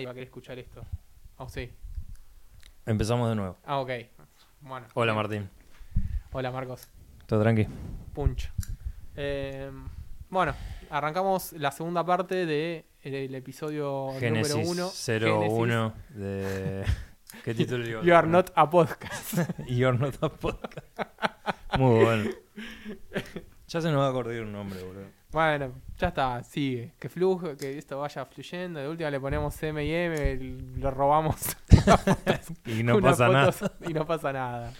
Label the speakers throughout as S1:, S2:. S1: Nadie va a querer escuchar esto. Oh, sí.
S2: Empezamos de nuevo.
S1: Ah, ok. Bueno.
S2: Hola
S1: Bien.
S2: Martín,
S1: Hola, Marcos.
S2: ¿todo tranqui?
S1: Punch. Eh, bueno, arrancamos la segunda parte del de, el episodio
S2: Génesis
S1: Oh, número uno.
S2: 01 de... ¿Qué título digo?
S1: Génesis, You are not a podcast.
S2: You're not a podcast. Muy bueno. Ya se nos va a acordar un nombre, boludo.
S1: Bueno, ya está, sigue. Que flujo, que esto vaya fluyendo. De última le ponemos M y M, le robamos.
S2: Y no
S1: una
S2: pasa
S1: foto
S2: nada.
S1: Y no pasa nada.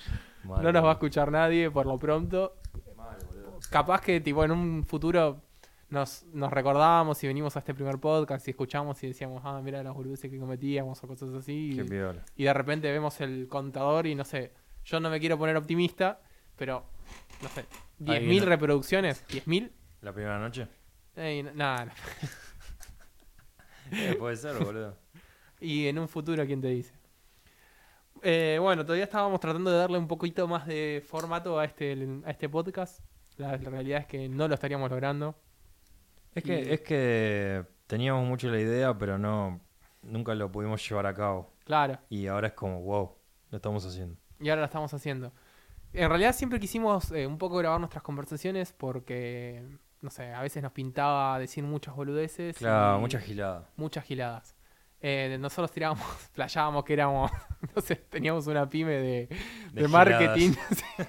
S2: Mal,
S1: No nos va a
S2: boludo.
S1: escuchar nadie por lo pronto.
S2: Mal, boludo.
S1: capaz que tipo en un futuro nos, nos recordábamos y venimos a este primer podcast y escuchamos y decíamos, ah, mira las boludeces que cometíamos o cosas así.
S2: Qué
S1: Y,
S2: piola.
S1: y de repente vemos el contador y no sé, yo no me quiero poner optimista, pero no sé, 10.000
S2: viene.
S1: reproducciones, 10.000,
S2: ¿La primera noche?
S1: Ey, n- nada. no.
S2: Eh, puede ser, boludo.
S1: Y en un futuro, ¿quién te dice? Eh, bueno, todavía estábamos tratando de darle un poquito más de formato a este, a este podcast. La, la realidad es que no lo estaríamos logrando.
S2: Es que,
S1: Y-
S2: es que teníamos mucho la idea, pero no... Nunca lo pudimos llevar a cabo.
S1: Claro.
S2: Y ahora es como, wow, lo estamos haciendo.
S1: Y ahora la estamos haciendo. En realidad siempre quisimos eh, un poco grabar nuestras conversaciones porque, no sé, a veces nos pintaba decir muchas boludeces.
S2: Claro,
S1: y
S2: mucha gilada.
S1: muchas giladas. Eh, nosotros tirábamos, playábamos que éramos, no sé, teníamos una pyme de, de
S2: giladas.
S1: marketing.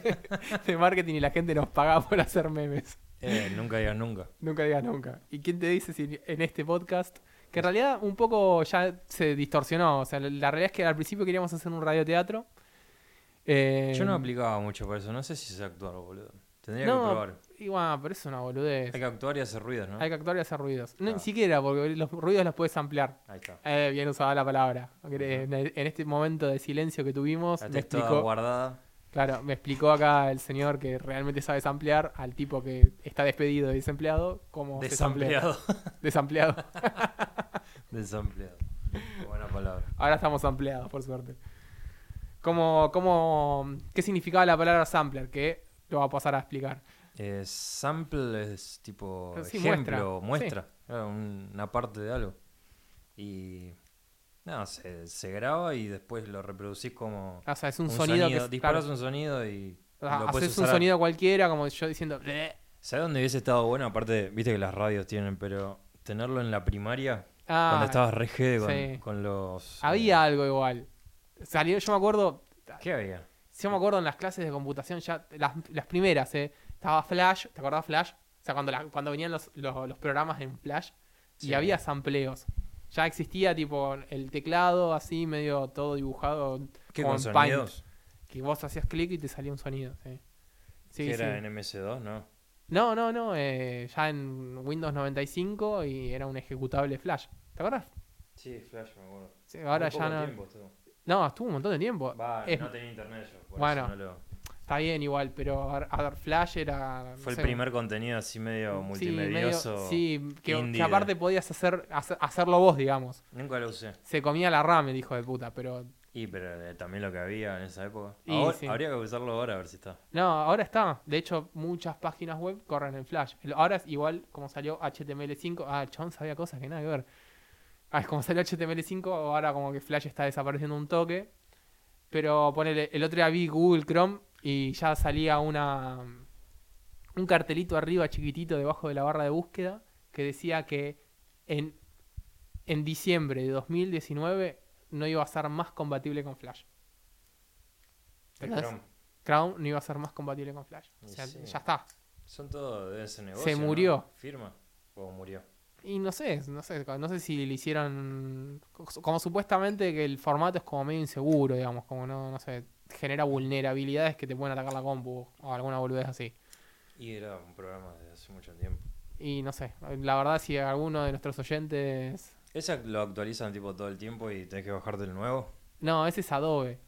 S1: de marketing y la gente nos pagaba por hacer memes.
S2: Eh, nunca digas nunca.
S1: Nunca digas nunca. ¿Y quién te dice si en este podcast? Que en realidad un poco ya se distorsionó. O sea, la- la realidad es que al principio queríamos hacer un radioteatro. Eh,
S2: Yo no aplicaba mucho por eso, no sé si sé actuar, boludo. Tendría
S1: No,
S2: que probar.
S1: Y bueno, pero eso es una boludez.
S2: Hay que actuar y hacer ruidos, ¿no?
S1: Hay que actuar y hacer ruidos. No,
S2: Claro.
S1: Ni siquiera, porque los ruidos los puedes ampliar.
S2: Ahí está.
S1: Eh, bien usada la palabra. Aunque
S2: Ajá.
S1: En en este momento de silencio que tuvimos,
S2: La
S1: me
S2: tenés toda
S1: explicó,
S2: guardada.
S1: claro, me explicó acá el señor que realmente sabe ampliar al tipo que está despedido y desempleado, cómo se samplea.
S2: Desampleado.
S1: Desampleado.
S2: Desampleado. Buena palabra.
S1: Ahora estamos ampliados, por suerte. ¿Cómo, cómo, ¿Qué significaba la palabra sampler? Que lo va a pasar a explicar.
S2: Eh, sample es tipo
S1: Sí,
S2: ejemplo,
S1: muestra.
S2: muestra. Claro, un- una parte de algo. Y. Nada, se, se graba y después lo reproducís como.
S1: O sea, Ah, es un, sonido, que...
S2: Disparas
S1: claro,
S2: un sonido y.
S1: o sea,
S2: lo podés
S1: haces un
S2: usar a-
S1: sonido cualquiera, como yo diciendo... "Bleh".
S2: ¿Sabes dónde hubiese estado bueno? Aparte, viste que las radios tienen, pero tenerlo en la primaria
S1: Ah,
S2: Cuando estabas re jede con,
S1: sí.
S2: con los. eh,
S1: Había algo igual. Salió, yo me acuerdo,
S2: ¿Qué había?
S1: yo me acuerdo en las clases de computación ya, las, las primeras, eh, estaba Flash, ¿te acordás Flash? O sea, cuando, la- cuando venían los, los- los programas en Flash y
S2: Sí.
S1: había sampleos. Ya existía tipo el teclado así, medio todo dibujado,
S2: ¿Qué
S1: Como
S2: con
S1: en Paint.
S2: sonidos?
S1: que vos hacías clic y te salía un sonido. Sí, sí.
S2: ¿Qué
S1: sí.
S2: era en MS2? No.
S1: No, no, no, eh, ya en Windows 95 y era un ejecutable Flash. ¿Te acordás?
S2: Sí, Flash, me acuerdo.
S1: Sí, ahora ya no. No, estuvo un montón de tiempo. Es-
S2: no tenía internet yo.
S1: Bueno.
S2: bueno,
S1: Está bien igual, pero a- a ver, Flash era... no
S2: fue
S1: sé,
S2: el primer contenido así medio
S1: sí, medio-
S2: multimedioso.
S1: Sí, que, que
S2: indie de-
S1: aparte podías hacer, hace- hacerlo vos, digamos.
S2: Nunca lo usé.
S1: Se comía la RAM, el hijo de puta, pero...
S2: Y pero eh, también lo que había en esa época.
S1: Y
S2: Ahora-
S1: sí.
S2: Habría que usarlo ahora a ver si está.
S1: No, ahora está. De hecho, muchas páginas web corren en Flash. El- Ahora es igual como salió HTML5. Ah, el chabón sabía cosas que nada que ver. Ah, es como salió HTML5, ahora como que Flash está desapareciendo un toque. Pero ponele, el otro día vi Google Chrome y ya salía una un cartelito arriba chiquitito debajo de la barra de búsqueda que decía que en, en diciembre de 2019 no iba a ser más compatible con Flash.
S2: El
S1: ¿Verdad?
S2: Chrome.
S1: Chrome no iba a ser más compatible con Flash. O
S2: Y
S1: sea,
S2: sí.
S1: ya está.
S2: Son todos de ese negocio.
S1: Se
S2: ¿no?
S1: murió.
S2: ¿Firma? ¿O murió?
S1: Y no sé, no sé, no sé si le hicieron. Como supuestamente que el formato es como medio inseguro, digamos, como no, no sé, genera vulnerabilidades que te pueden atacar la compu o alguna boludez así.
S2: Y era un programa de hace mucho tiempo.
S1: Y no sé, la verdad, si alguno de nuestros oyentes.
S2: Esa lo actualizan tipo todo el tiempo y tenés que bajarte el nuevo.
S1: No, ese es Adobe.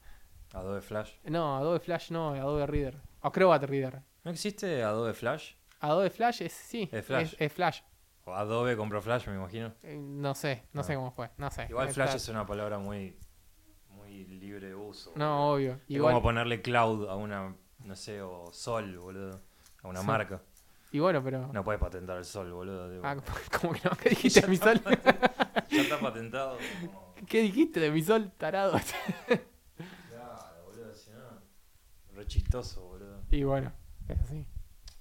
S2: Adobe Flash.
S1: No, Adobe Flash no, Adobe Reader. Acrobat Reader.
S2: ¿No existe Adobe Flash?
S1: Adobe Flash es, sí,
S2: Es Flash.
S1: Es, es Flash.
S2: O Adobe compró Flash, me imagino.
S1: Eh, No sé, no
S2: Ah.
S1: sé cómo fue, no sé.
S2: Igual
S1: Es
S2: Flash es una palabra muy, muy libre de uso. boludo.
S1: No, obvio.
S2: es
S1: Igual,
S2: como ponerle cloud a una, no sé, o sol, boludo. A una
S1: Sí.
S2: marca.
S1: y bueno, pero.
S2: No puedes patentar el sol, boludo. tipo.
S1: Ah, como que no, que dijiste mi sol.
S2: Ya está patentado. como-
S1: ¿Qué dijiste de mi sol, tarado?
S2: Claro, boludo, si no. Re chistoso, boludo.
S1: y bueno, es así.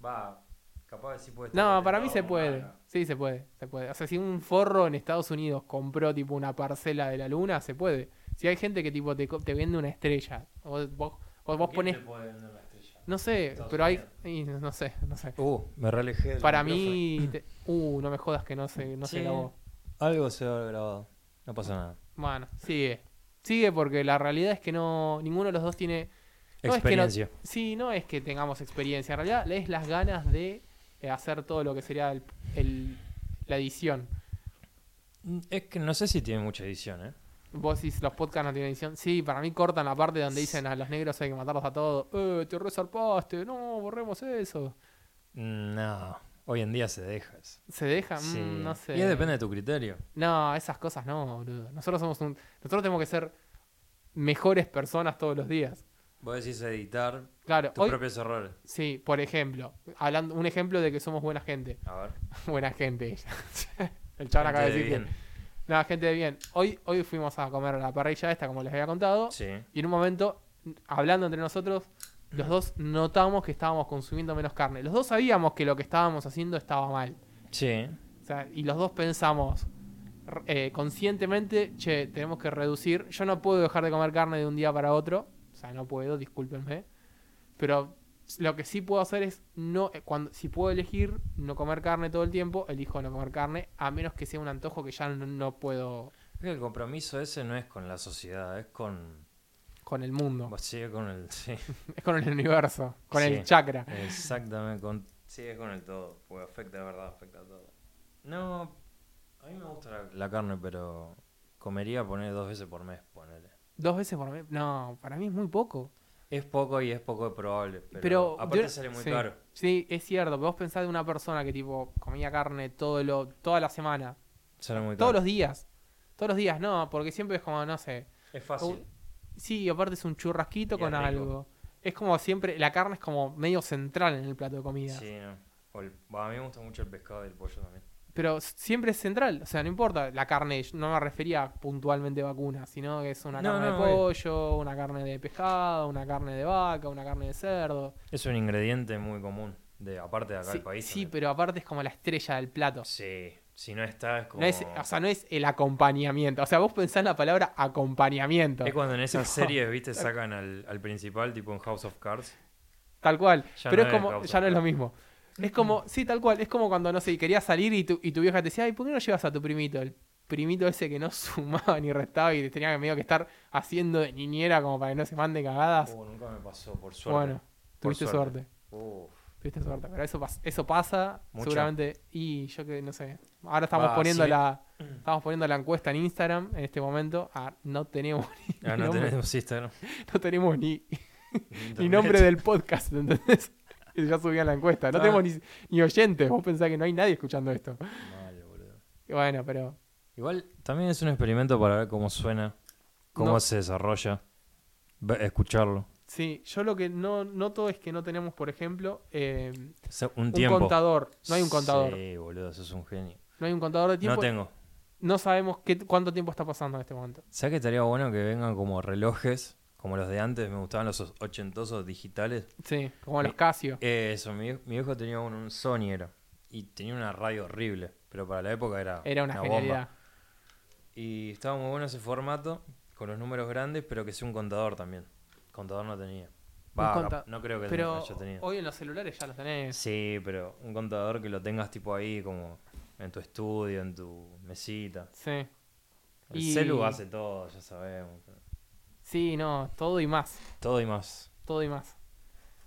S2: Va, capaz sí puede estar.
S1: No, para mí se
S2: detectado como
S1: puede.
S2: marca.
S1: Sí, se puede, se puede. O sea, si un forro en Estados Unidos compró tipo una parcela de la luna, se puede. Si hay gente que tipo te, co- te vende una estrella, vos, vos, vos
S2: ¿Quién
S1: pones...
S2: te puede vender la estrella?
S1: No sé,
S2: Estados
S1: pero hay...
S2: Unidos.
S1: y no sé, no sé.
S2: Uh, me realejé. del
S1: Para
S2: micrófono.
S1: mí... te- Uh, no me jodas que no se, no se
S2: Sí.
S1: grabó.
S2: Algo se va a haber grabado. No pasa nada.
S1: Bueno, sigue. Sigue porque la realidad es que no ninguno de los dos tiene... No, es que no-
S2: Experiencia.
S1: Sí, no es que tengamos experiencia. En realidad es las ganas de eh, hacer todo lo que sería el- el- la edición.
S2: Mm, Es que no sé si tiene mucha edición, ¿eh?
S1: Vos decís, los podcasts no tienen edición. Sí, para mí cortan la parte donde dicen a los negros hay que matarlos a todos. Eh, te resarpaste. No, borremos eso.
S2: Mm, No. Hoy en día se deja eso.
S1: ¿Se deja? Mm,
S2: Sí.
S1: no sé.
S2: Y depende de tu criterio.
S1: No, esas cosas no, boludo. Nosotros somos un... Nosotros tenemos que ser mejores personas todos los días.
S2: Vos decís editar
S1: Claro,
S2: tus
S1: hoy...
S2: propios errores.
S1: Sí, por ejemplo. hablando Un ejemplo de que somos buena gente.
S2: A ver.
S1: buena gente. El chaval acaba de
S2: Gente
S1: decir
S2: de
S1: que...
S2: bien.
S1: No, gente de bien. Hoy, hoy fuimos a comer a la parrilla esta, como les había contado.
S2: Sí.
S1: Y en un momento, hablando entre nosotros, los dos notamos que estábamos consumiendo menos carne. Los dos sabíamos que lo que estábamos haciendo estaba mal.
S2: Sí.
S1: O sea, y los dos pensamos r- eh, conscientemente, che, tenemos que reducir. Yo no puedo dejar de comer carne de un día para otro. O sea, no puedo, discúlpenme. Pero lo que sí puedo hacer es, no eh, cuando si puedo elegir no comer carne todo el tiempo, elijo no comer carne, a menos que sea un antojo que ya no, no puedo
S2: Es que el compromiso ese no es con la sociedad, es con.
S1: con el mundo.
S2: Sí, es con el. Sí.
S1: Es con el universo, con el
S2: Sí.
S1: chakra.
S2: Exactamente, con... sí, es con el todo, porque afecta, de verdad, afecta a todo. No, a mí me gusta la, la carne, pero comería poner dos veces por mes, ponele.
S1: Dos veces por mes. No, para mí es muy poco.
S2: Es poco y es poco probable, pero,
S1: Pero
S2: aparte
S1: yo-
S2: sale muy
S1: sí,
S2: caro.
S1: Sí, es cierto. Pero vos pensás de una persona que tipo comía carne todo lo, toda la semana,
S2: Sale muy
S1: todos
S2: caro.
S1: los días. Todos los días, no, porque siempre es como, no sé.
S2: Es fácil.
S1: Sí, aparte es un churrasquito
S2: Y
S1: con
S2: es rico.
S1: algo. Es como siempre, la carne es como medio central en el plato de comida.
S2: Sí, no. O el- bah, a mí me gusta mucho el pescado y el pollo también.
S1: Pero s- siempre es central, o sea, no importa la carne, yo no me refería puntualmente a vacunas, sino que es una
S2: No,
S1: carne
S2: no,
S1: de pollo, una carne de pescado, una carne de vaca, una carne de cerdo.
S2: Es un ingrediente muy común, de aparte de acá
S1: sí,
S2: del país.
S1: sí,
S2: también.
S1: pero aparte es como la estrella del plato.
S2: Sí, si no está es como...
S1: No es, o sea, no es el acompañamiento. O sea, vos pensás en la palabra acompañamiento.
S2: Es cuando en esas
S1: Tipo,
S2: series, viste, sacan al, al principal, tipo en House of Cards.
S1: Tal cual.
S2: Ya
S1: pero
S2: no
S1: es
S2: es
S1: como,
S2: causa,
S1: ya no es lo
S2: claro.
S1: mismo. Es como, sí, tal cual. Es como cuando, no sé, querías salir y tu, y tu vieja te decía, ay, ¿por qué no llevas a tu primito? El primito ese que no sumaba ni restaba y tenía que medio que estar haciendo de niñera como para que no se mande cagadas.
S2: Uh, nunca me pasó, por suerte.
S1: bueno,
S2: Por
S1: tuviste
S2: suerte.
S1: suerte.
S2: Uf.
S1: Tuviste suerte. Pero eso, pas- eso pasa,
S2: Mucho.
S1: seguramente. Y yo que no sé. Ahora estamos
S2: Va,
S1: poniendo
S2: sí. Mm.
S1: la. Estamos poniendo la encuesta en Instagram en este momento. Ah, no tenemos ni,
S2: Ah,
S1: ni
S2: no
S1: nombre,
S2: tenemos Instagram.
S1: no tenemos ni, ni
S2: Internet.
S1: nombre del podcast, ¿entendés? Y ya subían la encuesta. No
S2: Ah.
S1: tenemos ni, ni oyentes. Vos pensás que no hay nadie escuchando esto.
S2: Mal, boludo.
S1: Y Bueno, pero.
S2: Igual también es un experimento para ver cómo suena, cómo
S1: No.
S2: se desarrolla, ve- escucharlo.
S1: Sí, yo lo que no noto es que no tenemos, por ejemplo, eh,
S2: O sea, un
S1: un
S2: tiempo.
S1: contador. No hay un contador.
S2: Sí, boludo, sos un genio.
S1: No hay un contador de
S2: No
S1: tiempo. No,
S2: tengo.
S1: sabemos qué, cuánto tiempo está pasando en este momento.
S2: ¿Sabes que estaría bueno que vengan como relojes, como los de antes? Me gustaban los ochentosos digitales.
S1: Sí, como los
S2: Mi-
S1: Casio.
S2: Eh, eso, mi, vie- mi viejo tenía un, un Sony, era. Y tenía una radio horrible, pero para la época era,
S1: Era una,
S2: bomba.
S1: genialidad.
S2: Y estaba muy bueno ese formato, con los números grandes, pero que sea un contador también. Contador no tenía. Va,
S1: Un conta-
S2: cap- no creo que
S1: Pero
S2: haya tenido.
S1: hoy en los celulares ya los tenés.
S2: Sí, pero un contador que lo tengas tipo ahí, como en tu estudio, en tu mesita.
S1: Sí.
S2: El
S1: Y-
S2: celu hace todo, ya sabemos.
S1: Sí, no, todo y más.
S2: Todo y más.
S1: Todo y más.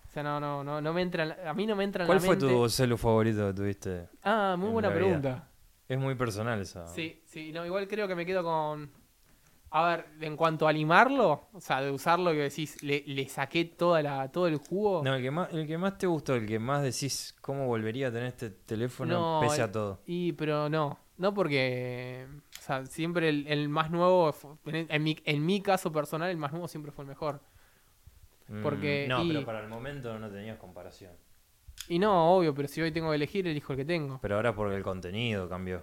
S1: O sea, no, no, no, no me entra. en la- A mí no me entra en
S2: ¿Cuál
S1: la
S2: fue
S1: mente.
S2: tu celu favorito que tuviste?
S1: Ah, muy
S2: en
S1: buena
S2: la vida?
S1: pregunta.
S2: Es muy personal esa.
S1: Sí, sí, no, igual creo que me quedo con. A ver, en cuanto a limarlo, o sea, de usarlo que decís, le, le saqué toda la, todo el jugo.
S2: No, el que, más, el que más te gustó, el que más decís cómo volvería a tener este teléfono
S1: No,
S2: pese
S1: el-
S2: a todo.
S1: Y, pero no. No porque. O sea, siempre el, el más nuevo. fu- En, en mi, en mi caso personal, el más nuevo siempre fue el mejor.
S2: Mm,
S1: porque-
S2: no,
S1: y-
S2: pero para el momento no tenías comparación.
S1: Y no, obvio, pero si hoy tengo que elegir, elijo el que tengo.
S2: Pero ahora porque el contenido cambió.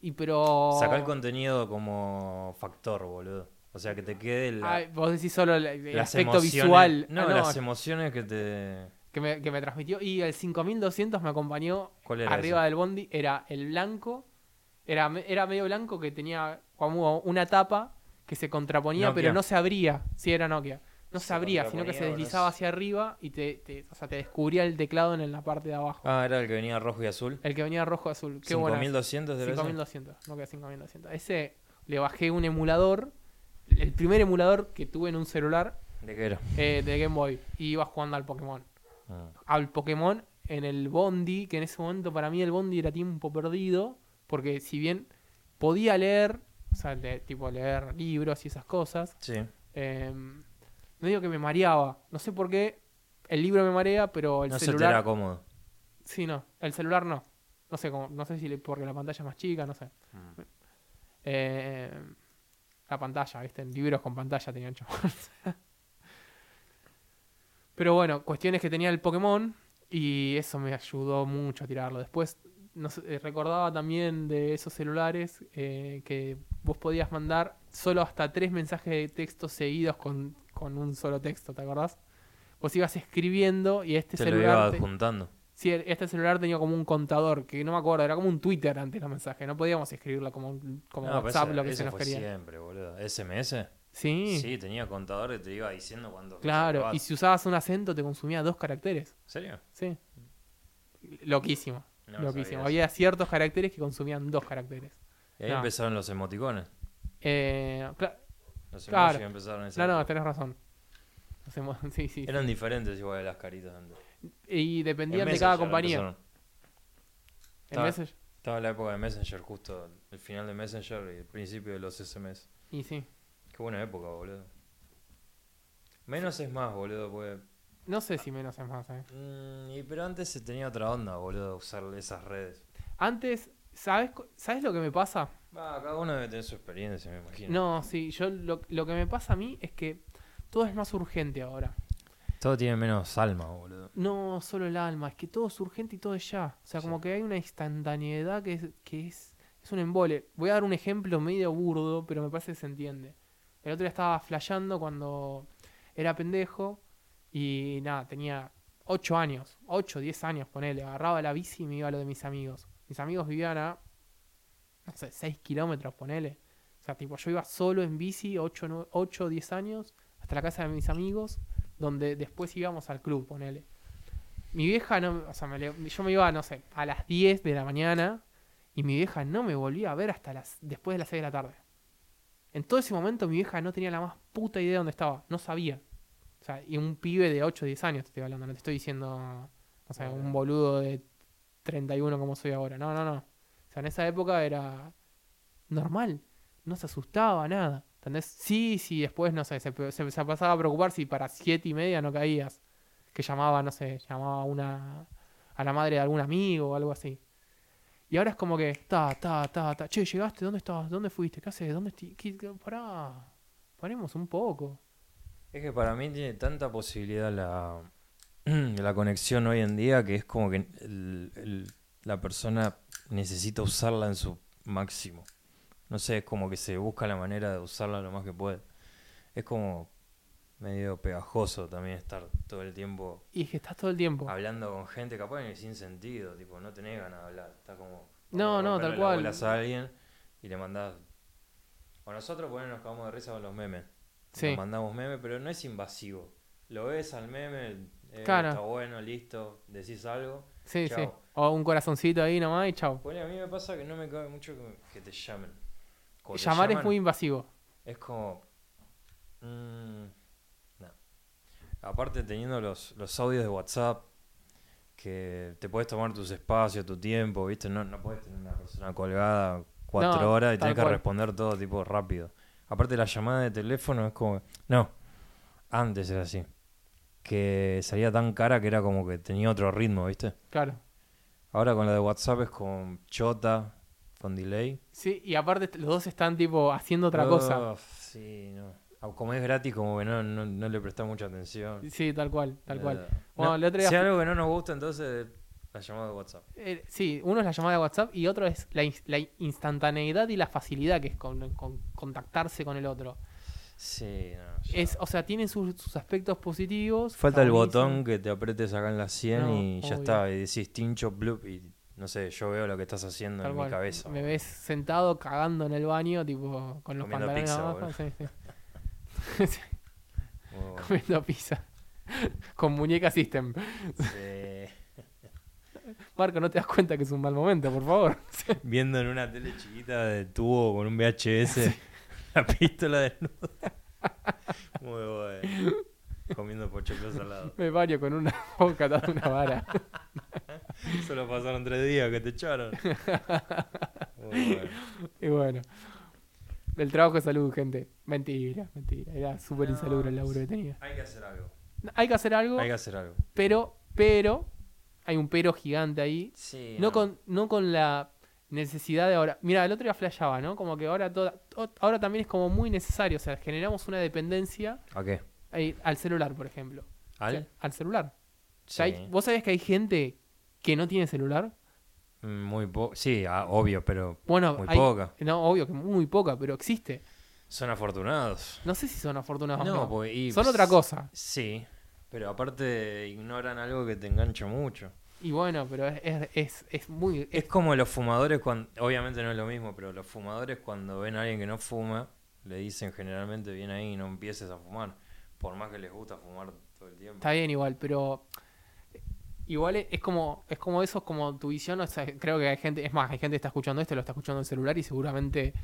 S1: Y pero.
S2: Sacá el contenido como factor, boludo. O sea, que te quede el,
S1: Ay, vos decís solo el, el
S2: las
S1: aspecto
S2: emociones-
S1: visual.
S2: No,
S1: Ah, no,
S2: las em emociones que te.
S1: que, me, que me transmitió. Y el 5200 me acompañó
S2: ¿Cuál era?
S1: arriba
S2: ese?
S1: del bondi. Era el blanco. Era, me- era medio blanco que tenía como una tapa que se contraponía,
S2: Nokia.
S1: pero no se abría. Sí, era Nokia. No se,
S2: Se
S1: abría, sino que se
S2: contraponía, boludo.
S1: deslizaba hacia arriba y te, te- o sea, te descubría el teclado en la parte de abajo.
S2: Ah, era el que venía rojo y azul.
S1: El que venía rojo-azul. Eh, Qué bueno.
S2: 5200 de
S1: 5200, no queda 5200. Ese le bajé un emulador, el primer emulador que tuve en un celular
S2: ¿De qué era?
S1: eh, de Game Boy, y iba jugando al Pokémon.
S2: Ah.
S1: Al Pokémon en el Bondi, que en ese momento para mí el Bondi era tiempo perdido, porque si bien podía leer, o sea, le- tipo leer libros y esas cosas,
S2: Sí.
S1: eh, no digo que me mareaba, no sé por qué el libro me marea, pero el
S2: no se te
S1: celular
S2: era cómodo.
S1: Sí, no. El celular no. No sé cómo. No sé si le- porque la pantalla es más chica, no sé.
S2: Mm.
S1: Eh, la pantalla, ¿viste? En libros con pantalla tenían chavales. Pero bueno, cuestiones que tenía el Pokémon. Y eso me ayudó mucho a tirarlo. Después no sé, eh, recordaba también de esos celulares eh, que vos podías mandar solo hasta tres mensajes de texto seguidos con, con un solo texto, ¿te acordás? Vos ibas escribiendo y este
S2: Te lo
S1: celular.
S2: iba
S1: te-
S2: adjuntando.
S1: Sí, el- este celular tenía como un contador, que no me acuerdo, era como un Twitter antes los mensajes, no podíamos escribirlo como, un- como
S2: No, pero
S1: WhatsApp,
S2: ese-
S1: lo que
S2: ese
S1: se nos
S2: fue
S1: quería.
S2: siempre, boludo. ¿SMS?
S1: Sí,
S2: Sí. tenía contador que te iba diciendo cuánto.
S1: claro, y si usabas un acento te consumía dos caracteres,
S2: ¿En serio?
S1: sí. Loquísimo,
S2: No lo
S1: loquísimo.
S2: sabía eso.
S1: Había ciertos caracteres que consumían dos caracteres.
S2: Y ahí
S1: No.
S2: empezaron los emoticones.
S1: Eh, cla-
S2: Los
S1: Claro.
S2: emojis empezaron
S1: no,
S2: a
S1: no, tenés razón. Hacemos- sí, sí.
S2: Eran diferentes igual de las caritas antes.
S1: Y
S2: En
S1: dependían de
S2: Messenger
S1: cada
S2: lo
S1: compañía.
S2: empezaron.
S1: En
S2: Estaba-
S1: Messenger.
S2: Estaba la época de Messenger, justo el final de Messenger y el principio de los SMS.
S1: Y sí.
S2: Qué buena época, boludo. Menos es más, boludo, porque...
S1: No sé si menos es más, eh.
S2: Mm, y- pero antes se tenía otra onda, boludo, usar esas redes.
S1: Antes, ¿sabes, ¿sabes lo que me pasa?
S2: Va, cada uno debe tener su experiencia, me imagino.
S1: No, sí, yo lo, lo que me pasa a mí es que todo es más urgente ahora.
S2: Todo tiene menos alma, boludo.
S1: No solo el alma, es que todo es urgente y todo es ya. O sea,
S2: Sí.
S1: como que hay una instantaneidad que es, que es, es un embole. Voy a dar un ejemplo medio burdo, pero me parece que se entiende. El otro día estaba flasheando cuando era pendejo y nada, tenía 8 años, 8, 10 años, ponele. Agarraba la bici y me iba a lo de mis amigos. Mis amigos vivían a, no sé, 6 kilómetros, ponele. O sea, tipo, yo iba solo en bici, 8, 8 10 años, hasta la casa de mis amigos, donde después íbamos al club, ponele. Mi vieja no, o sea, me le- yo me iba, no sé, a las 10 de la mañana y mi vieja no me volvía a ver hasta las después de las 6 de la tarde. En todo ese momento mi vieja no tenía la más puta idea de dónde estaba, no sabía. O sea, y un pibe de 8 o 10 años te estoy hablando, no te estoy diciendo, no sé, un boludo de 31 como soy ahora. No, no, no. O sea, en esa época era normal, no se asustaba nada. ¿Entendés? Sí, sí, después, no sé, se, pe- se, se pasaba a preocupar si para 7 y media no caías. Que llamaba, no sé, llamaba a una, a la madre de algún amigo o algo así. Y ahora es como que, ta, ta, ta, ta. Che, llegaste, ¿dónde estabas? ¿Dónde fuiste? ¿Qué haces? ¿Dónde esti- qué- qué- Pará. Paremos un poco.
S2: Es que para mí tiene tanta posibilidad la, la conexión hoy en día que es como que el- el- la persona necesita usarla en su máximo. No sé, es como que se busca la manera de usarla lo más que puede. Es como medio pegajoso también estar todo el tiempo
S1: Y es que estás todo el tiempo.
S2: hablando con gente capaz ni sin sentido, tipo, no tenés ganas de hablar, está como
S1: No, no,
S2: como romperle
S1: tal
S2: las
S1: cual.
S2: bolas a alguien y le mandás o nosotros ponemos nos cagamos de risa con los memes.
S1: Sí.
S2: Nos mandamos memes, pero no es invasivo. Lo ves al meme, eh,
S1: Claro.
S2: está bueno, listo, decís algo.
S1: Sí, sí.
S2: Chao.
S1: O un corazoncito ahí nomás y chao.
S2: Bueno, a mí me pasa que no me cabe mucho que, que te llamen. Cuando te
S1: Llamar es
S2: llaman,
S1: muy invasivo.
S2: es como. mm, no. Aparte, teniendo los, los audios de WhatsApp, que te puedes tomar tus espacios, tu tiempo, ¿viste? No, no puedes tener una persona colgada cuatro
S1: No,
S2: horas y
S1: tal
S2: tenés que
S1: cual.
S2: responder todo tipo rápido. Aparte, la llamada de teléfono es como. No, antes era así. Que salía tan cara que era como que tenía otro ritmo, ¿viste?
S1: Claro.
S2: Ahora con la de WhatsApp es con chota, con delay.
S1: Sí, y aparte los dos están tipo haciendo otra
S2: Oh,
S1: cosa.
S2: Sí, no. Ah, Como es gratis, como que no, no, no le prestás mucha atención.
S1: Sí, tal cual, tal cual.
S2: Eh,
S1: Bueno,
S2: no,
S1: el otro día
S2: Si
S1: fui-
S2: algo que no nos gusta, entonces La llamada de WhatsApp.
S1: Eh, sí, uno es la llamada de WhatsApp y otro es la, ins- la instantaneidad y la facilidad que es con, con contactarse con el otro.
S2: Sí, no. ya.
S1: Es, o sea, tiene sus, sus aspectos positivos. está
S2: Falta el
S1: buenísimo.
S2: botón que te apretes acá en la 100
S1: No,
S2: y ya
S1: obvio.
S2: está. Y decís tincho, blup, y no sé, yo veo lo que estás haciendo
S1: Tal
S2: en
S1: cual.
S2: mi cabeza.
S1: Me ves sentado cagando en el baño, tipo, con los
S2: Comiendo
S1: pantalones
S2: pizza,
S1: abajo. Sí, sí. Sí,
S2: boludo. Oh,
S1: Comiendo pizza. con muñeca system.
S2: sí.
S1: Marco, no te das cuenta que es un mal momento, por favor. Sí.
S2: Viendo en una tele chiquita de tubo con un VHS la pistola desnuda. Muy bueno. Comiendo pochoclos al lado.
S1: Me baño con una boca dando una vara.
S2: Solo pasaron tres días que te echaron. Muy bueno.
S1: Y bueno. El trabajo es salud, gente. Mentira, mentira. Era súper
S2: No,
S1: insalubre el laburo que tenía.
S2: Hay que hacer algo.
S1: Hay que hacer algo,
S2: Hay que hacer algo.
S1: pero, pero, hay un pero gigante ahí.
S2: Sí.
S1: No con, no con la necesidad de ahora. Mira, el otro día flasheaba, ¿no? Como que ahora toda, to- ahora también es como muy necesario. O sea, generamos una dependencia
S2: ¿A qué?
S1: eh, al celular, por ejemplo. O sea,
S2: ¿Al?
S1: al celular. O
S2: Sí.
S1: sea, hay- ¿Vos sabés que hay gente que no tiene celular?
S2: Mm, Muy po Sí, ah, obvio, pero
S1: Bueno,
S2: Muy
S1: hay-
S2: poca.
S1: No, obvio que muy poca, pero existe.
S2: son afortunados.
S1: No sé si son afortunados. o
S2: No,
S1: no.
S2: porque- pues y-
S1: Son otra cosa.
S2: Sí, pero aparte ignoran algo que te engancha mucho.
S1: Y bueno, pero es, es, es, es muy. es-
S2: Es como los fumadores cuando, obviamente no es lo mismo, pero los fumadores cuando ven a alguien que no fuma, le dicen generalmente viene ahí y no empieces a fumar, por más que les gusta fumar todo el tiempo.
S1: está bien igual, pero. eh, Igual es, es como es como eso, es como tu visión. o sea, creo que hay gente. Es más, hay gente que está escuchando esto, lo está escuchando en el celular y seguramente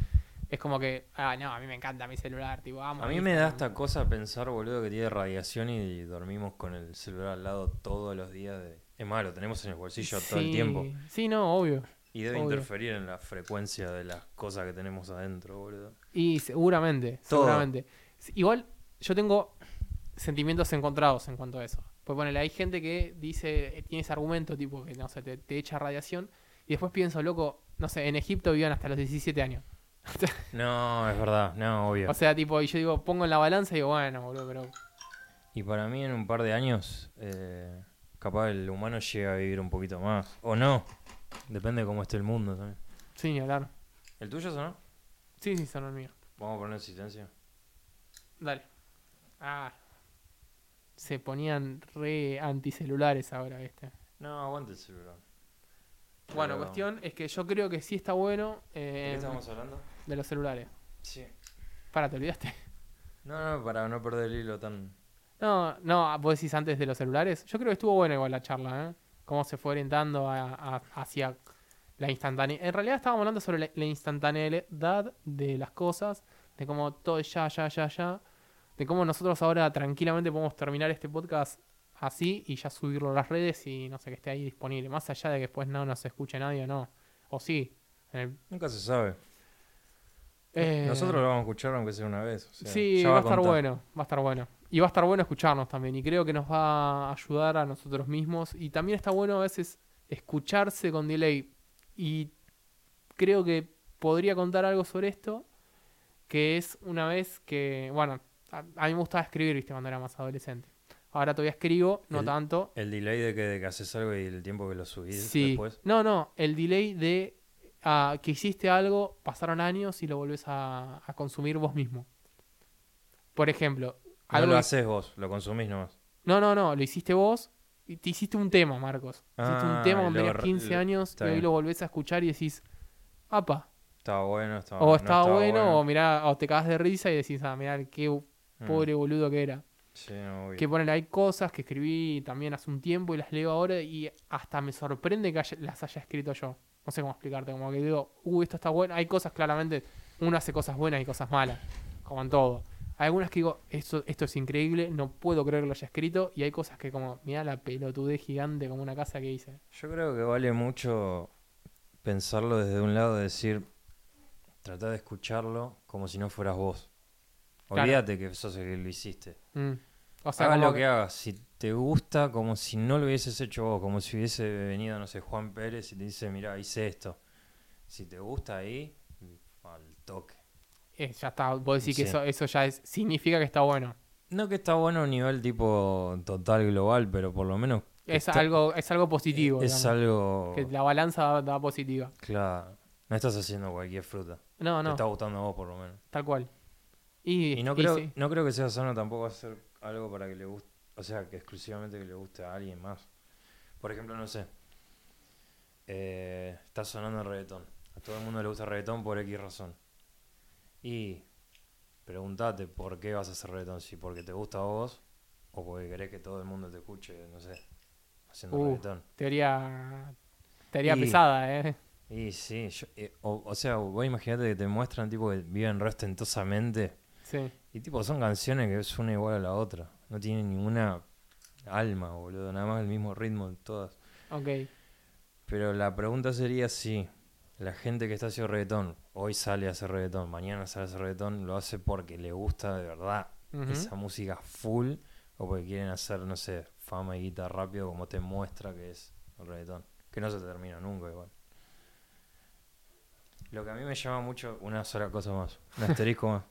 S1: es como que. Ah, no, a mí me encanta mi celular, tipo, amo
S2: A mí
S1: mi
S2: me da
S1: Instagram".
S2: esta cosa pensar, boludo, que tiene radiación y dormimos con el celular al lado todos los días. De... Es malo, tenemos en el bolsillo todo el
S1: Sí,
S2: tiempo.
S1: Sí, no, obvio.
S2: Y debe
S1: Obvio.
S2: interferir en la frecuencia de las cosas que tenemos adentro, boludo.
S1: Y seguramente,
S2: Todo.
S1: seguramente. S- Igual yo tengo sentimientos encontrados en cuanto a eso. Pues ponele, hay gente que dice, eh, tiene ese argumento tipo que no sé, te, te echa radiación. Y después pienso, loco, no sé, en Egipto vivían hasta los 17 años.
S2: No, es verdad, no, obvio.
S1: O sea, tipo, y yo digo, pongo en la balanza y digo, bueno, boludo, pero.
S2: Y para mí en un par de años, eh, capaz el humano llega a vivir un poquito más. O no, depende de cómo esté el mundo también.
S1: Sí, ni hablar.
S2: ¿El tuyo o no?
S1: Sí, sí, son los míos.
S2: Vamos a poner existencia.
S1: Dale. Ah. Se ponían re anticelulares ahora, ¿viste?
S2: No, aguante el celular.
S1: Bueno,
S2: Pero-
S1: cuestión es que yo creo que sí está bueno
S2: ¿De qué
S1: eh,
S2: estábamos hablando?
S1: de los celulares.
S2: Sí.
S1: Para, ¿te olvidaste?
S2: No, no, para no perder el hilo tan...
S1: No, no, vos decís antes de los celulares. Yo creo que estuvo buena igual la charla, ¿eh? Cómo se fue orientando a- a- hacia la instantaneidad. En realidad estábamos hablando sobre la, la instantaneidad de las cosas, de cómo todo es ya, ya, ya, ya, de cómo nosotros ahora tranquilamente podemos terminar este podcast así y ya subirlo a las redes y no sé, que esté ahí disponible. Más allá de que después no nos escuche nadie o no. O sí. en el-
S2: Nunca se sabe.
S1: Eh,
S2: Nosotros lo vamos a escuchar aunque sea una vez. o sea,
S1: sí,
S2: ya
S1: va a
S2: a
S1: estar
S2: contar.
S1: bueno, va a estar bueno. Y va a estar bueno escucharnos también. Y creo que nos va a ayudar a nosotros mismos. Y también está bueno a veces escucharse con delay. Y creo que podría contar algo sobre esto, que es una vez que, bueno, a, a mí me gustaba escribir, viste, cuando era más adolescente. Ahora todavía escribo, no
S2: El-
S1: tanto,
S2: El delay de que, de que haces algo y el tiempo que lo subís
S1: Sí.
S2: después.
S1: No, no, el delay de ah, que hiciste algo, pasaron años y lo volvés a, a consumir vos mismo. Por ejemplo,
S2: No
S1: algo
S2: lo
S1: que-
S2: haces vos, lo consumís nomás.
S1: no, no, no, lo hiciste vos y te hiciste un tema, Marcos. hiciste
S2: Ah,
S1: un tema cuando
S2: lo
S1: tenías
S2: re-
S1: 15
S2: lo-
S1: años y
S2: está
S1: hoy
S2: bien.
S1: lo volvés a escuchar y decís, apa,
S2: Estaba bueno, estaba
S1: o
S2: Ah, no
S1: estaba, bueno, o mirá, o te cagas de risa y decís, ah, mirá, qué
S2: Mm.
S1: pobre boludo que era.
S2: Sí, obvio.
S1: Que ponen, hay cosas que escribí también hace un tiempo y las leo ahora y hasta me sorprende que haya- las haya escrito yo. No sé cómo explicarte, como que digo, uh, esto está bueno. Hay cosas, claramente, uno hace cosas buenas y cosas malas, como en todo. Hay algunas que digo, esto, esto es increíble, no puedo creer que lo haya escrito. Y hay cosas que como, mira la pelotudez gigante como una casa que hice.
S2: Yo creo que vale mucho pensarlo desde un lado, decir, trata de escucharlo como si no fueras vos.
S1: Claro.
S2: Olvídate que sos el que lo hiciste.
S1: Mm. O sea,
S2: Hagas
S1: como
S2: lo que,
S1: que-
S2: hagas, si te gusta, como si no lo hubieses hecho vos, como si hubiese venido, no sé, Juan Pérez y te dice, mira, hice esto. Si te gusta ahí, al toque.
S1: eh, ya está, vos decís que
S2: Sí.
S1: eso, eso ya es, significa que está bueno.
S2: No que está bueno a un nivel tipo total global, pero por lo menos
S1: Es
S2: Está-
S1: algo, es algo positivo.
S2: es
S1: digamos,
S2: algo.
S1: Que la balanza da, da positiva.
S2: Claro. No estás haciendo cualquier fruta.
S1: No,
S2: Te
S1: no,
S2: está gustando a vos, por lo menos.
S1: tal cual. Y,
S2: Y no
S1: y
S2: creo,
S1: sí.
S2: no creo que sea sano tampoco hacer algo para que le guste, o sea, que exclusivamente que le guste a alguien más. Por ejemplo, no sé, eh, está sonando el reggaetón. A todo el mundo le gusta el reggaetón por X razón. Y pregúntate por qué vas a hacer reggaetón, si porque te gusta a vos o porque querés que todo el mundo te escuche, no sé, haciendo
S1: Uh.
S2: reggaetón.
S1: Teoría, teoría
S2: Y-
S1: pesada, ¿eh?
S2: Y sí, yo- eh, o, o sea, vos imaginate que te muestran tipo que viven re ostentosamente.
S1: Sí.
S2: Y tipo, son canciones que es una igual a la otra. No tienen ninguna alma, boludo. Nada más el mismo ritmo en todas.
S1: Ok.
S2: Pero la pregunta sería si la gente que está haciendo reggaetón, hoy sale a hacer reggaetón, mañana sale a hacer reggaetón, lo hace porque le gusta de verdad
S1: Ujú.
S2: esa música full o porque quieren hacer, no sé, fama y guita rápido como te muestra que es el reggaetón. Que no se termina nunca igual. Lo que a mí me llama mucho, una sola cosa más, un asterisco más.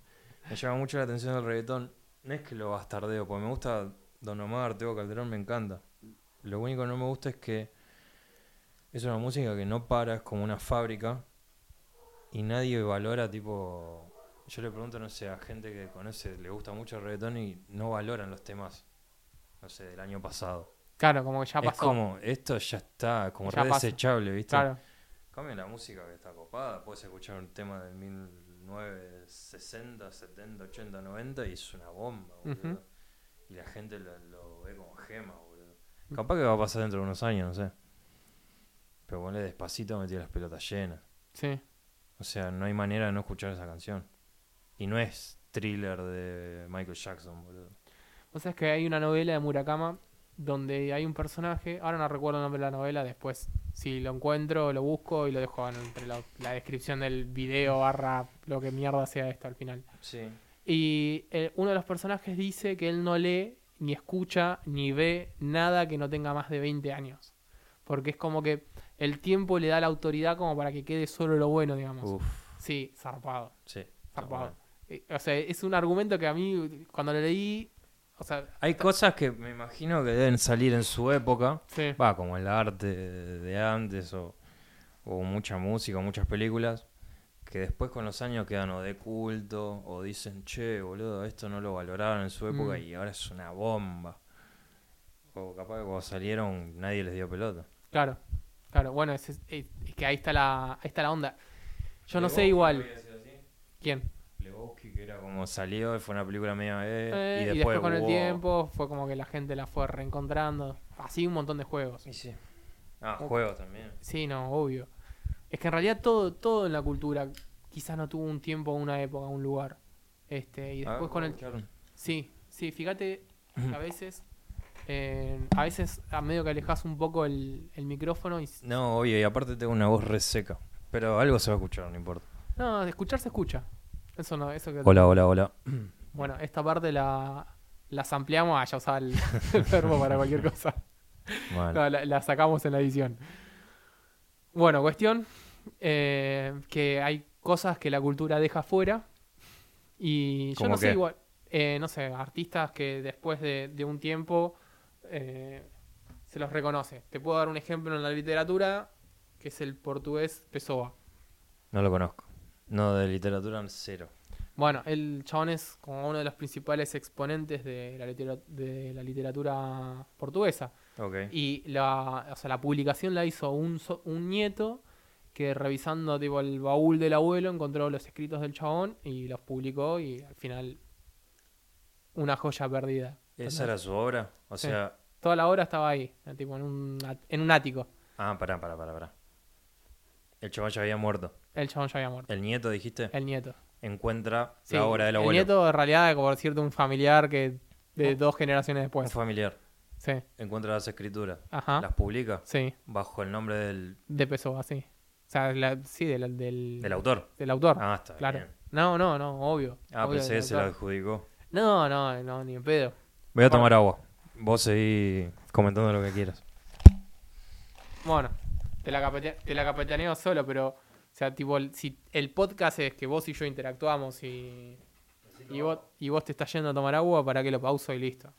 S2: Me llama mucho la atención del reggaetón. No es que lo bastardeo, porque me gusta Don Omar, Teo Calderón, me encanta. Lo único que no me gusta es que es una música que no para, es como una fábrica. Y nadie valora, tipo. Yo le pregunto, no sé, a gente que conoce, le gusta mucho el reggaetón y no valoran los temas, no sé, del año pasado.
S1: Claro, como que ya pasó.
S2: Es como, esto ya está, como
S1: Ya
S2: re
S1: pasó.
S2: desechable, ¿viste?
S1: Claro.
S2: Cambia la música que está copada. Puedes escuchar un tema de 1960, 70, 80, 90 y es una bomba, boludo.
S1: Ujú.
S2: Y la gente lo, lo ve como gema, boludo. Capaz que va a pasar dentro de unos años, no sé. Pero ponle despacito, metí las pelotas llenas.
S1: Sí.
S2: O sea, no hay manera de no escuchar esa canción. Y no es thriller de Michael Jackson, boludo.
S1: O sea, es que hay una novela de Murakama donde hay un personaje, ahora no recuerdo el nombre de la novela, después si lo encuentro, lo busco y lo dejo en- entre la, la descripción del video barra lo que mierda sea esto al final.
S2: Sí.
S1: Y eh, uno de los personajes dice que él no lee, ni escucha, ni ve nada que no tenga más de 20 años. Porque es como que el tiempo le da la autoridad como para que quede solo lo bueno, digamos.
S2: Uf,
S1: Sí, zarpado.
S2: sí. está
S1: Zarpado.
S2: bueno.
S1: Eh, O sea, es un argumento que a mí cuando lo leí, o sea,
S2: Hay cosas que me imagino que deben salir en su época.
S1: sí.
S2: Va, como el arte de antes o, o mucha música, o muchas películas, que después con los años quedan o de culto o dicen, che, boludo, esto no lo valoraron en su época
S1: Mm.
S2: y ahora es una bomba. O capaz que cuando salieron nadie les dio pelota.
S1: Claro, claro, bueno, es, es- es- es que ahí está la, ahí está la onda. Yo no sé igual. ¿Quién?
S2: Lebowski, que era como salió, fue una película media... eh,
S1: Eh,
S2: y, después,
S1: con el
S2: wow.
S1: tiempo fue como que la gente la fue reencontrando. Así un montón de juegos.
S2: Y sí. Ah, juegos también.
S1: Sí, no, obvio. Es que en realidad todo, todo en la cultura quizás no tuvo un tiempo, una época, un lugar. Este, y
S2: A ver,
S1: después con el
S2: Ah, escucharon.
S1: Sí, sí, fíjate que a veces eh, a veces a medio que alejas un poco el, el micrófono y s-
S2: No, obvio, y aparte tengo una voz reseca. Pero algo se va a escuchar, no importa.
S1: no, de escuchar se escucha. Eso no, eso que
S2: Hola, hola, hola.
S1: Bueno, esta parte la, las ampliamos. Ah, ya usaba el, el verbo para cualquier cosa.
S2: Mal.
S1: No, la, la sacamos en la edición. Bueno, cuestión eh, que hay cosas que la cultura deja fuera. Y yo
S2: ¿Cómo
S1: no sé
S2: qué?
S1: igual. eh, no sé, artistas que después de, de un tiempo eh, se los reconoce. Te puedo dar un ejemplo en la literatura, que es el portugués Pessoa.
S2: No lo conozco. No, de literatura cero.
S1: Bueno, el chabón es como uno de los principales exponentes de la, litera- de la literatura portuguesa.
S2: Ok.
S1: Y la, o sea, la publicación la hizo un, so- un nieto que revisando tipo, el baúl del abuelo encontró los escritos del chabón y los publicó y al final una joya perdida.
S2: ¿Esa era su obra? O
S1: Sí.
S2: sea.
S1: Toda la obra estaba ahí, eh, tipo, en, un, at- en un ático.
S2: Ah, pará, pará, pará, pará. El chaval ya había muerto.
S1: El chabón ya había muerto.
S2: El nieto, dijiste,
S1: El nieto.
S2: encuentra
S1: Sí,
S2: la obra del abuelo. Oh.
S1: El nieto en realidad es como decirte un familiar que de dos generaciones
S2: Un
S1: después.
S2: familiar.
S1: Sí.
S2: Encuentra las escrituras.
S1: Ajá.
S2: Las publica
S1: Sí.
S2: bajo el nombre del,
S1: De Pessoa, sí. O sea, la- sí, del, del,
S2: del autor.
S1: del autor.
S2: Ah, está
S1: claro.
S2: bien.
S1: No, no, no, obvio.
S2: Ah,
S1: Obvio
S2: pensé
S1: del
S2: que se la
S1: autor.
S2: adjudicó.
S1: No, no, no, ni en pedo.
S2: Voy
S1: Bueno.
S2: a tomar agua. Vos seguí comentando lo que quieras.
S1: Bueno, te la, capete- te la capetaneo solo, pero. O sea, tipo, el- si el podcast es que vos y yo interactuamos y. Y vos, y vos te estás yendo a tomar agua, ¿para que lo pauso y listo?